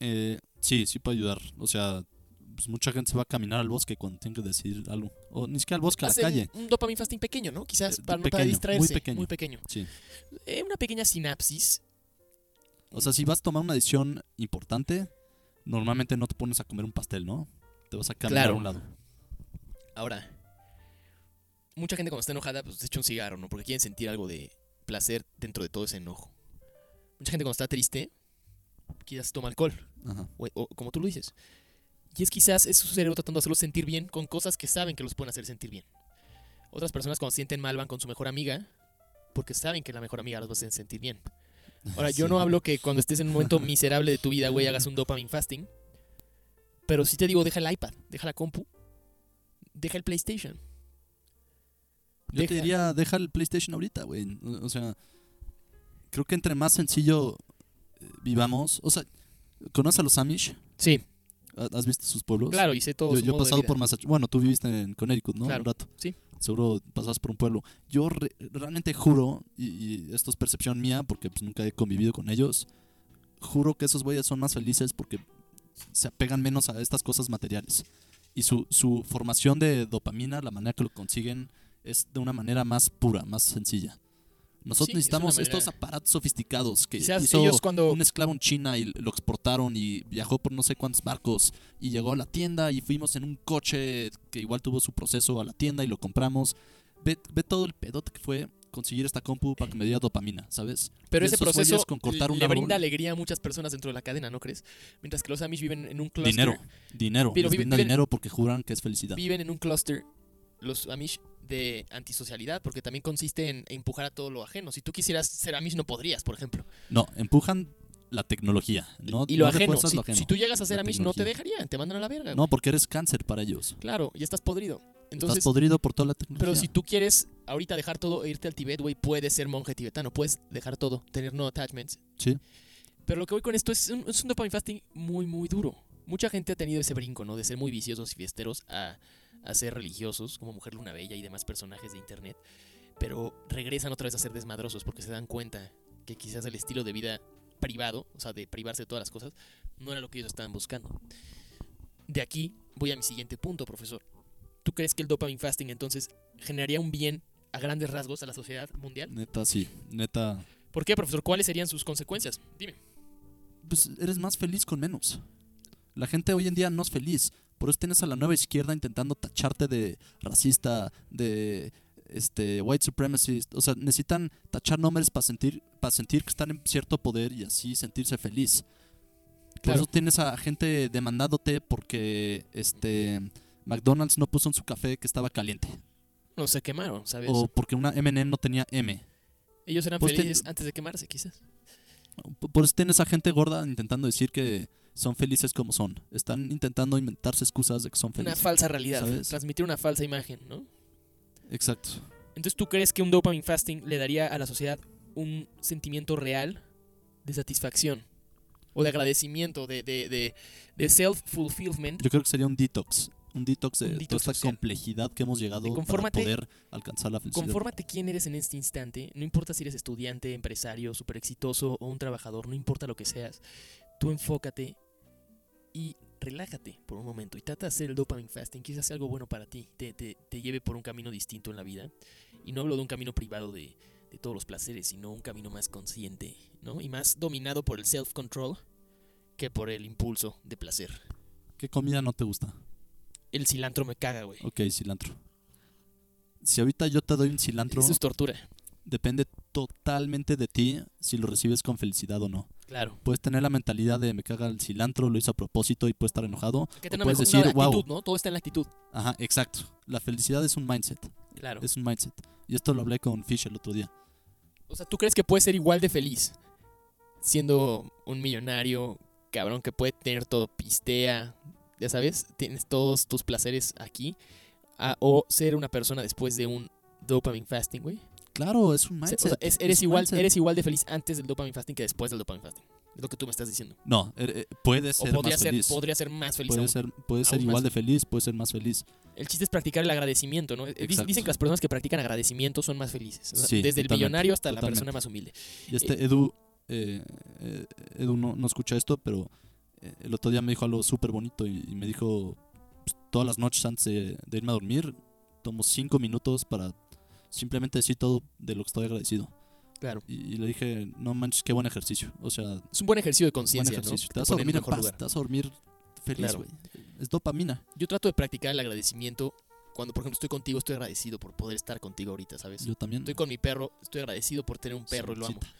[SPEAKER 3] Eh, sí, sí puede ayudar. O sea, pues mucha gente se va a caminar al bosque cuando tiene que decidir algo. O ni siquiera al bosque, a la
[SPEAKER 2] Hacer
[SPEAKER 3] calle.
[SPEAKER 2] Un, un dopamine fasting pequeño, ¿no? Quizás
[SPEAKER 3] Eh,
[SPEAKER 2] para, no- para
[SPEAKER 3] pequeño, muy
[SPEAKER 2] distraerse. Muy pequeño.
[SPEAKER 3] pequeño. Sí.
[SPEAKER 2] Eh, una pequeña sinapsis.
[SPEAKER 3] O sea, si vas a tomar una decisión importante, normalmente no te pones a comer un pastel, ¿no? Te vas a caminar
[SPEAKER 2] Claro.
[SPEAKER 3] a un lado.
[SPEAKER 2] Ahora, mucha gente cuando está enojada, pues se echa un cigarro, ¿no? Porque quieren sentir algo de placer dentro de todo ese enojo. Mucha gente cuando está triste, quizás toma alcohol.
[SPEAKER 3] Ajá.
[SPEAKER 2] o, o como tú lo dices. Y es quizás es su cerebro tratando de hacerlos sentir bien con cosas que saben que los pueden hacer sentir bien. Otras personas cuando se sienten mal van con su mejor amiga porque saben que la mejor amiga los va a hacer sentir bien. Ahora, yo
[SPEAKER 3] Sí.
[SPEAKER 2] no hablo que cuando estés en un momento miserable de tu vida, güey, hagas un dopamine fasting. Pero sí te digo, deja el iPad, deja la compu, deja el PlayStation.
[SPEAKER 3] Yo
[SPEAKER 2] Deja.
[SPEAKER 3] te diría, deja el PlayStation ahorita, güey. O o sea, creo que entre más sencillo eh, vivamos. O sea, ¿conoces a los Amish?
[SPEAKER 2] Sí,
[SPEAKER 3] ¿Ha- ¿Has visto sus pueblos?
[SPEAKER 2] claro, y sé todo.
[SPEAKER 3] pues, Yo,
[SPEAKER 2] su
[SPEAKER 3] yo he
[SPEAKER 2] modo de
[SPEAKER 3] pasado
[SPEAKER 2] vida.
[SPEAKER 3] por Massachusetts. Bueno, tú viviste en Connecticut, ¿no?
[SPEAKER 2] Claro,
[SPEAKER 3] Un rato.
[SPEAKER 2] sí.
[SPEAKER 3] Seguro pasas por un pueblo. Yo re- realmente juro, y, y esto es percepción mía porque pues, nunca he convivido con ellos, juro que esos güeyes son más felices porque se apegan menos a estas cosas materiales. Y su, su formación de dopamina, la manera que lo consiguen, es de una manera más pura, más sencilla. Nosotros
[SPEAKER 2] Sí, es
[SPEAKER 3] necesitamos
[SPEAKER 2] una manera-
[SPEAKER 3] estos aparatos sofisticados que
[SPEAKER 2] Quizás
[SPEAKER 3] hizo
[SPEAKER 2] ellos cuando...
[SPEAKER 3] un esclavo en China y lo exportaron y viajó por no sé cuántos barcos y llegó a la tienda y fuimos en un coche que igual tuvo su proceso a la tienda y lo compramos. Ve, ve todo el pedote que fue conseguir esta compu para que me diera dopamina, ¿sabes?
[SPEAKER 2] Pero
[SPEAKER 3] de
[SPEAKER 2] ese
[SPEAKER 3] esos güeyes
[SPEAKER 2] proceso
[SPEAKER 3] con cortar un
[SPEAKER 2] le
[SPEAKER 3] árbol.
[SPEAKER 2] brinda alegría a muchas personas dentro de la cadena, ¿no crees? Mientras que los Amish viven en un cluster.
[SPEAKER 3] Dinero, dinero.
[SPEAKER 2] Pero
[SPEAKER 3] les
[SPEAKER 2] vive-
[SPEAKER 3] brinda
[SPEAKER 2] viven-
[SPEAKER 3] dinero porque juran que es felicidad.
[SPEAKER 2] Viven en un cluster, los Amish, de antisocialidad, porque también consiste en empujar a todo lo ajeno. Si tú quisieras ser Amish, no podrías, por ejemplo.
[SPEAKER 3] No, empujan la tecnología. No,
[SPEAKER 2] y lo
[SPEAKER 3] no
[SPEAKER 2] ajeno,
[SPEAKER 3] refuerzas
[SPEAKER 2] si,
[SPEAKER 3] lo ajeno.
[SPEAKER 2] si tú llegas a ser
[SPEAKER 3] La
[SPEAKER 2] Amish, no te
[SPEAKER 3] tecnología.
[SPEAKER 2] dejarían, te mandan a la verga. güey.
[SPEAKER 3] No, porque eres cáncer para ellos.
[SPEAKER 2] Claro, ya estás podrido. Entonces,
[SPEAKER 3] Estás podrido por toda la tecnología.
[SPEAKER 2] pero si tú quieres ahorita dejar todo e irte al Tibet, güey, puedes ser monje tibetano, puedes dejar todo, tener no attachments.
[SPEAKER 3] Sí.
[SPEAKER 2] Pero lo que voy con esto es un, es un dopamine fasting muy, muy duro. Mucha gente ha tenido ese brinco, ¿no? De ser muy viciosos y fiesteros a, a ser religiosos, como Mujer Luna Bella y demás personajes de internet. Pero regresan otra vez a ser desmadrosos porque se dan cuenta que quizás el estilo de vida privado, o sea, de privarse de todas las cosas, no era lo que ellos estaban buscando. De aquí voy a mi siguiente punto, profesor. ¿Tú crees que el dopamine fasting entonces generaría un bien a grandes rasgos a la sociedad mundial?
[SPEAKER 3] Neta, sí. Neta.
[SPEAKER 2] ¿Por qué, profesor? ¿Cuáles serían sus consecuencias? Dime.
[SPEAKER 3] pues eres más feliz con menos. La gente hoy en día no es feliz. Por eso tienes a la nueva izquierda intentando tacharte de racista, de este white supremacist. O sea, necesitan tachar nombres para sentir, para sentir que están en cierto poder y así sentirse feliz. Por
[SPEAKER 2] Claro.
[SPEAKER 3] eso tienes a gente demandándote porque este McDonald's no puso en su café que estaba caliente.
[SPEAKER 2] No se quemaron, ¿sabes?
[SPEAKER 3] O porque una MM no tenía M.
[SPEAKER 2] Ellos eran
[SPEAKER 3] pues te-
[SPEAKER 2] felices antes de quemarse, quizás.
[SPEAKER 3] P- Por eso tienes a gente gorda intentando decir que son felices como son. Están intentando inventarse excusas de que son
[SPEAKER 2] Una
[SPEAKER 3] felices.
[SPEAKER 2] falsa realidad.
[SPEAKER 3] ¿sabes?
[SPEAKER 2] Transmitir una falsa imagen, ¿no?
[SPEAKER 3] Exacto.
[SPEAKER 2] Entonces, ¿tú crees que un dopamine fasting le daría a la sociedad un sentimiento real de satisfacción? O de agradecimiento, de, de, de, de self-fulfillment.
[SPEAKER 3] Yo creo que sería un detox. Un detox de
[SPEAKER 2] Un
[SPEAKER 3] toda
[SPEAKER 2] detox
[SPEAKER 3] esta
[SPEAKER 2] social.
[SPEAKER 3] complejidad que hemos llegado
[SPEAKER 2] De confórmate-
[SPEAKER 3] para poder alcanzar la felicidad.
[SPEAKER 2] Confórmate quién eres en este instante, no importa si eres estudiante, empresario, súper exitoso o un trabajador, no importa lo que seas, tú enfócate y relájate por un momento y trata de hacer el dopamine fasting, quizás sea algo bueno para ti, te, te- te lleve por un camino distinto en la vida. Y no hablo de un camino privado de, de todos los placeres, sino un camino más consciente, ¿no? Y más dominado por el self-control que por el impulso de placer.
[SPEAKER 3] ¿Qué comida no te gusta?
[SPEAKER 2] El cilantro me caga, güey.
[SPEAKER 3] Ok, cilantro. Si ahorita yo te doy un cilantro,
[SPEAKER 2] Eso es tortura.
[SPEAKER 3] depende totalmente de ti si lo recibes con felicidad o no.
[SPEAKER 2] Claro.
[SPEAKER 3] Puedes tener la mentalidad de me caga el cilantro, lo hice a propósito y puedes estar enojado.
[SPEAKER 2] Hay que
[SPEAKER 3] O
[SPEAKER 2] tener una
[SPEAKER 3] puedes
[SPEAKER 2] mejor- una
[SPEAKER 3] decir, "Wow".
[SPEAKER 2] actitud, ¿no? Todo está en la actitud.
[SPEAKER 3] Ajá, exacto. La felicidad es un mindset.
[SPEAKER 2] Claro.
[SPEAKER 3] Es un mindset. Y esto lo hablé con Fish el otro día.
[SPEAKER 2] O sea, ¿tú crees que puedes ser igual de feliz siendo un millonario, cabrón, que puede tener todo, pistea, ya sabes, tienes todos tus placeres aquí, a- o ser una persona después de un dopamine fasting, güey?
[SPEAKER 3] Claro, es un
[SPEAKER 2] O sea,
[SPEAKER 3] mindset.
[SPEAKER 2] o sea, es-
[SPEAKER 3] es
[SPEAKER 2] eres,
[SPEAKER 3] un
[SPEAKER 2] igual,
[SPEAKER 3] mindset.
[SPEAKER 2] eres igual de feliz antes del dopamine fasting que después del dopamine fasting. Es lo que tú me estás diciendo.
[SPEAKER 3] No, er- er, puede
[SPEAKER 2] O
[SPEAKER 3] ser
[SPEAKER 2] podría
[SPEAKER 3] más
[SPEAKER 2] ser,
[SPEAKER 3] feliz.
[SPEAKER 2] podría ser más feliz
[SPEAKER 3] Puede
[SPEAKER 2] aún.
[SPEAKER 3] ser, puede ser
[SPEAKER 2] aún más
[SPEAKER 3] igual de feliz, puede ser más feliz.
[SPEAKER 2] El chiste es practicar el agradecimiento, ¿no? Eh, dic-
[SPEAKER 3] Exacto.
[SPEAKER 2] Dicen que las personas que practican agradecimiento son más felices. O sea,
[SPEAKER 3] Sí,
[SPEAKER 2] desde el
[SPEAKER 3] totalmente,
[SPEAKER 2] millonario hasta la
[SPEAKER 3] totalmente.
[SPEAKER 2] persona más humilde.
[SPEAKER 3] Y este Edu, eh, eh, Edu no, no escucha esto, pero eh, el otro día me dijo algo súper bonito y, y me dijo, "Pues, todas las noches antes de, de irme a dormir, tomo cinco minutos para simplemente decir todo de lo que estoy agradecido.
[SPEAKER 2] Claro.
[SPEAKER 3] Y, y le dije, no manches, qué buen ejercicio. O sea,
[SPEAKER 2] Es un buen ejercicio de
[SPEAKER 3] buen
[SPEAKER 2] conciencia, ¿no?
[SPEAKER 3] ejercicio.
[SPEAKER 2] Que
[SPEAKER 3] Te vas a
[SPEAKER 2] pone en un
[SPEAKER 3] dormir en
[SPEAKER 2] mejor
[SPEAKER 3] paz,
[SPEAKER 2] lugar.
[SPEAKER 3] te vas a dormir feliz,
[SPEAKER 2] Claro.
[SPEAKER 3] güey. Es dopamina.
[SPEAKER 2] Yo trato de practicar el agradecimiento. Cuando, por ejemplo, estoy contigo, estoy agradecido por poder estar contigo ahorita, ¿sabes?
[SPEAKER 3] Yo también.
[SPEAKER 2] Estoy con mi perro, estoy agradecido por tener un perro y lo amo.
[SPEAKER 3] Salucita.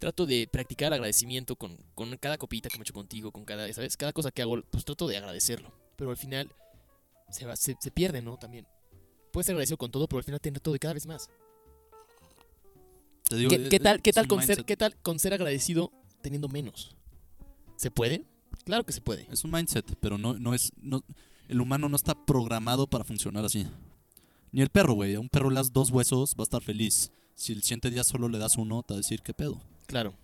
[SPEAKER 2] trato de practicar agradecimiento con, con cada copita que me echo contigo, con cada, ¿sabes? Cada cosa que hago, pues trato de agradecerlo. Pero al final se, va, se, se pierde, ¿no? También. Puedes ser agradecido con todo, pero al final tener todo y cada vez más.
[SPEAKER 3] Te digo,
[SPEAKER 2] ¿Qué,
[SPEAKER 3] eh,
[SPEAKER 2] qué
[SPEAKER 3] eh,
[SPEAKER 2] tal, qué
[SPEAKER 3] es
[SPEAKER 2] tal
[SPEAKER 3] un
[SPEAKER 2] con ser,
[SPEAKER 3] mindset.
[SPEAKER 2] qué tal con ser agradecido teniendo menos? ¿Se puede? Claro que se puede.
[SPEAKER 3] Es un mindset, pero no, no es. No, el humano no está programado para funcionar así. Ni el perro, güey. A un perro le das dos huesos, va a estar feliz. Si el siguiente día solo le das uno, te va a decir qué pedo.
[SPEAKER 2] Claro.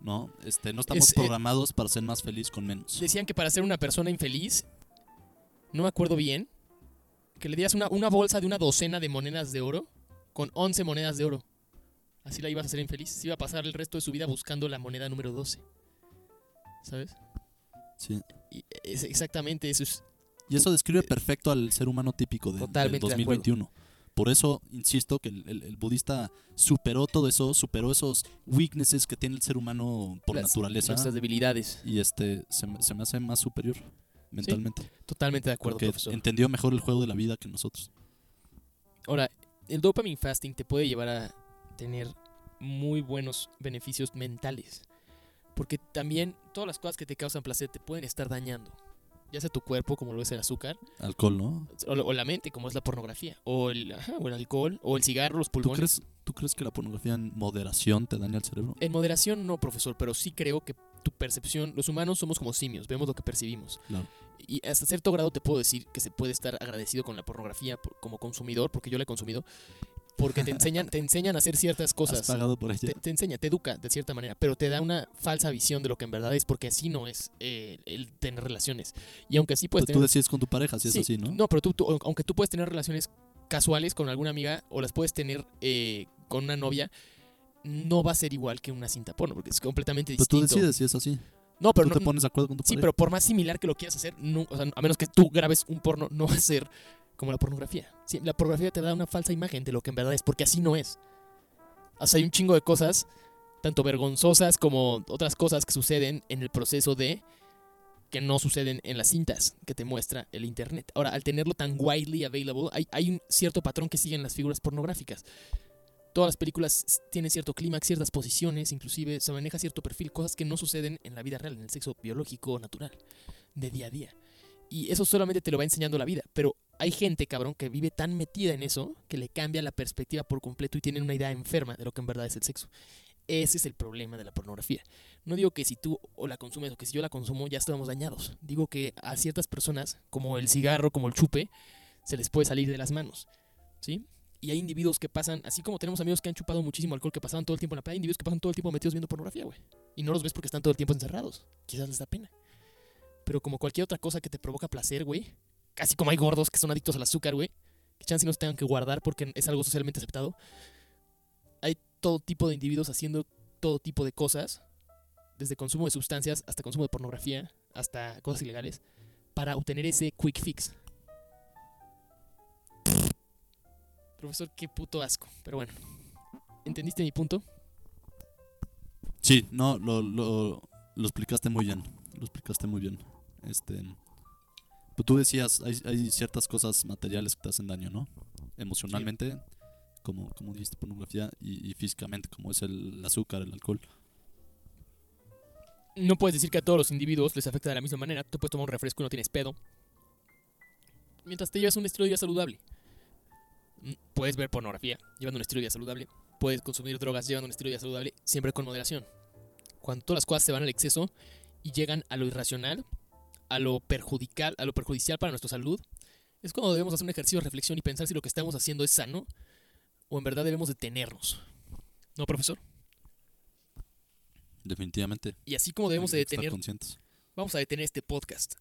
[SPEAKER 3] No, este, no estamos
[SPEAKER 2] Es, eh,
[SPEAKER 3] programados para ser más feliz con menos.
[SPEAKER 2] Decían que para ser una persona infeliz, no me acuerdo bien, que le dieras una, una bolsa de una docena de monedas de oro con 11 monedas de oro. Así la ibas a hacer infeliz. Se iba a pasar el resto de su vida buscando la moneda número 12. ¿Sabes?
[SPEAKER 3] Sí.
[SPEAKER 2] Y es exactamente eso. Es,
[SPEAKER 3] Y eso describe perfecto al ser humano típico de, del
[SPEAKER 2] Totalmente de acuerdo.
[SPEAKER 3] 2021. Por eso, insisto, que el, el- el budista superó todo eso, superó esos weaknesses que tiene el ser humano por
[SPEAKER 2] Las-
[SPEAKER 3] naturaleza.
[SPEAKER 2] nuestras debilidades.
[SPEAKER 3] Y este se, me- se me hace más superior mentalmente.
[SPEAKER 2] Totalmente de acuerdo,
[SPEAKER 3] porque
[SPEAKER 2] profesor.
[SPEAKER 3] entendió mejor el juego de la vida que nosotros.
[SPEAKER 2] Ahora, el dopamine fasting te puede llevar a tener muy buenos beneficios mentales. Porque también todas las cosas que te causan placer te pueden estar dañando. Ya sea tu cuerpo, como lo es el azúcar,
[SPEAKER 3] Alcohol, ¿no?
[SPEAKER 2] o, la- o la mente, como es la pornografía, o el, ajá, o el alcohol, o el cigarro, los
[SPEAKER 3] ¿Tú
[SPEAKER 2] pulmones.
[SPEAKER 3] crees, ¿Tú crees que la pornografía en moderación te daña el cerebro?
[SPEAKER 2] En moderación no, profesor, pero sí creo que tu percepción, los humanos somos como simios, vemos lo que percibimos.
[SPEAKER 3] Claro.
[SPEAKER 2] Y hasta cierto grado te puedo decir que se puede estar agradecido con la pornografía por- como consumidor, porque yo la he consumido, porque te enseñan, te enseñan a hacer ciertas
[SPEAKER 3] ¿Has
[SPEAKER 2] cosas.
[SPEAKER 3] pagado por
[SPEAKER 2] te,
[SPEAKER 3] ella?
[SPEAKER 2] te enseña, te educa de cierta manera, pero te da una falsa visión de lo que en verdad es, porque así no es eh, el tener relaciones. Y aunque así puedes
[SPEAKER 3] Pues Tú- tú
[SPEAKER 2] tener...
[SPEAKER 3] decides con tu pareja si es así, ¿no?
[SPEAKER 2] No, pero tú, tú- aunque tú puedes tener relaciones casuales con alguna amiga o las puedes tener eh, con una novia, no va a ser igual que una cinta porno, porque es completamente
[SPEAKER 3] Pero Pues tú
[SPEAKER 2] distinto.
[SPEAKER 3] decides si es así.
[SPEAKER 2] No, pero
[SPEAKER 3] tú
[SPEAKER 2] no-
[SPEAKER 3] te pones de acuerdo con tu
[SPEAKER 2] sí,
[SPEAKER 3] pareja.
[SPEAKER 2] pero por más similar que lo quieras hacer, no- o sea, a menos que tú grabes un porno, no va a ser como la pornografía. Sí, la pornografía te da una falsa imagen de lo que en verdad es, porque así no es. O sea, hay un chingo de cosas, tanto vergonzosas como otras cosas que suceden en el proceso de que no suceden en las cintas que te muestra el internet. Ahora, al tenerlo tan widely available, hay, hay un cierto patrón que siguen las figuras pornográficas. Todas las películas s- tienen cierto clímax, ciertas posiciones, inclusive se maneja cierto perfil, cosas que no suceden en la vida real, en el sexo biológico o natural, de día a día. Y eso solamente te lo va enseñando la vida, pero hay gente, cabrón, que vive tan metida en eso que le cambia la perspectiva por completo y tienen una idea enferma de lo que en verdad es el sexo. Ese es el problema de la pornografía. No digo que si tú o la consumes o que si yo la consumo ya estamos dañados. Digo que a ciertas personas, como el cigarro, como el chupe, se les puede salir de las manos. ¿Sí? Y hay individuos que pasan, así como tenemos amigos que han chupado muchísimo alcohol, que pasaban todo el tiempo en la playa, hay individuos que pasan todo el tiempo metidos viendo pornografía, güey. Y no los ves porque están todo el tiempo encerrados. Quizás les da pena. Pero como cualquier otra cosa que te provoca placer, güey, casi como hay gordos que son adictos al azúcar, güey, que chance no se tengan que guardar porque es algo socialmente aceptado. Hay todo tipo de individuos haciendo todo tipo de cosas, desde consumo de sustancias hasta consumo de pornografía, hasta cosas ilegales, para obtener ese quick fix. Profesor, qué puto asco. Pero bueno, ¿entendiste mi punto?
[SPEAKER 3] Sí, no, lo, lo, lo explicaste muy bien. Lo explicaste muy bien. Este, pues tú decías, hay, hay ciertas cosas materiales que te hacen daño, ¿no? Emocionalmente, como, como dijiste, pornografía, y, y físicamente, como es el, azúcar, el alcohol.
[SPEAKER 2] No puedes decir que a todos los individuos les afecta de la misma manera. Tú te puedes tomar un refresco y no tienes pedo. Mientras te llevas un estilo de vida saludable. Mm, Puedes ver pornografía llevando un estilo de vida saludable. Puedes consumir drogas llevando un estilo de vida saludable, siempre con moderación. Cuando todas las cosas se van al exceso y llegan a lo irracional, a lo perjudicial, a lo perjudicial para nuestra salud, es cuando debemos hacer un ejercicio de reflexión y pensar si lo que estamos haciendo es sano o en verdad debemos detenernos. ¿No, profesor?
[SPEAKER 3] Definitivamente.
[SPEAKER 2] Y así como debemos de
[SPEAKER 3] Hay que estar
[SPEAKER 2] detener
[SPEAKER 3] conscientes.
[SPEAKER 2] vamos a detener este podcast.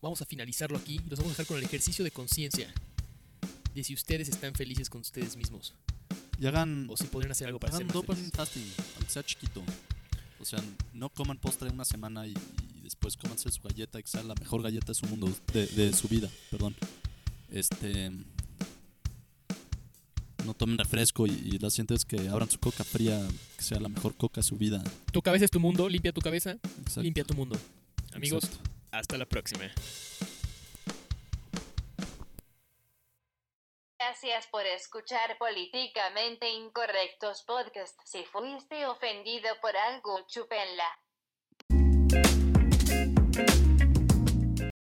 [SPEAKER 2] Vamos a finalizarlo aquí y los vamos a dejar con el ejercicio de conciencia de si ustedes están felices con ustedes mismos
[SPEAKER 3] Y hagan,
[SPEAKER 2] o si podrían hacer algo para ser
[SPEAKER 3] hagan
[SPEAKER 2] más
[SPEAKER 3] dopamine
[SPEAKER 2] felices.
[SPEAKER 3] fasting, pues, aunque sea chiquito. O sea, no coman postre una semana y, y después cómanse su galleta, que sea la mejor galleta de su mundo, de, de su vida, perdón. Este. No tomen refresco y, y la siguiente vez que abran su coca fría, que sea la mejor coca de su vida.
[SPEAKER 2] Tu cabeza es tu mundo, limpia tu cabeza,
[SPEAKER 3] Exacto,
[SPEAKER 2] limpia tu mundo. Amigos,
[SPEAKER 3] exacto.
[SPEAKER 2] hasta la próxima.
[SPEAKER 1] Gracias por escuchar Políticamente Incorrectos Podcast. Si fuiste ofendido por algo, chúpenla.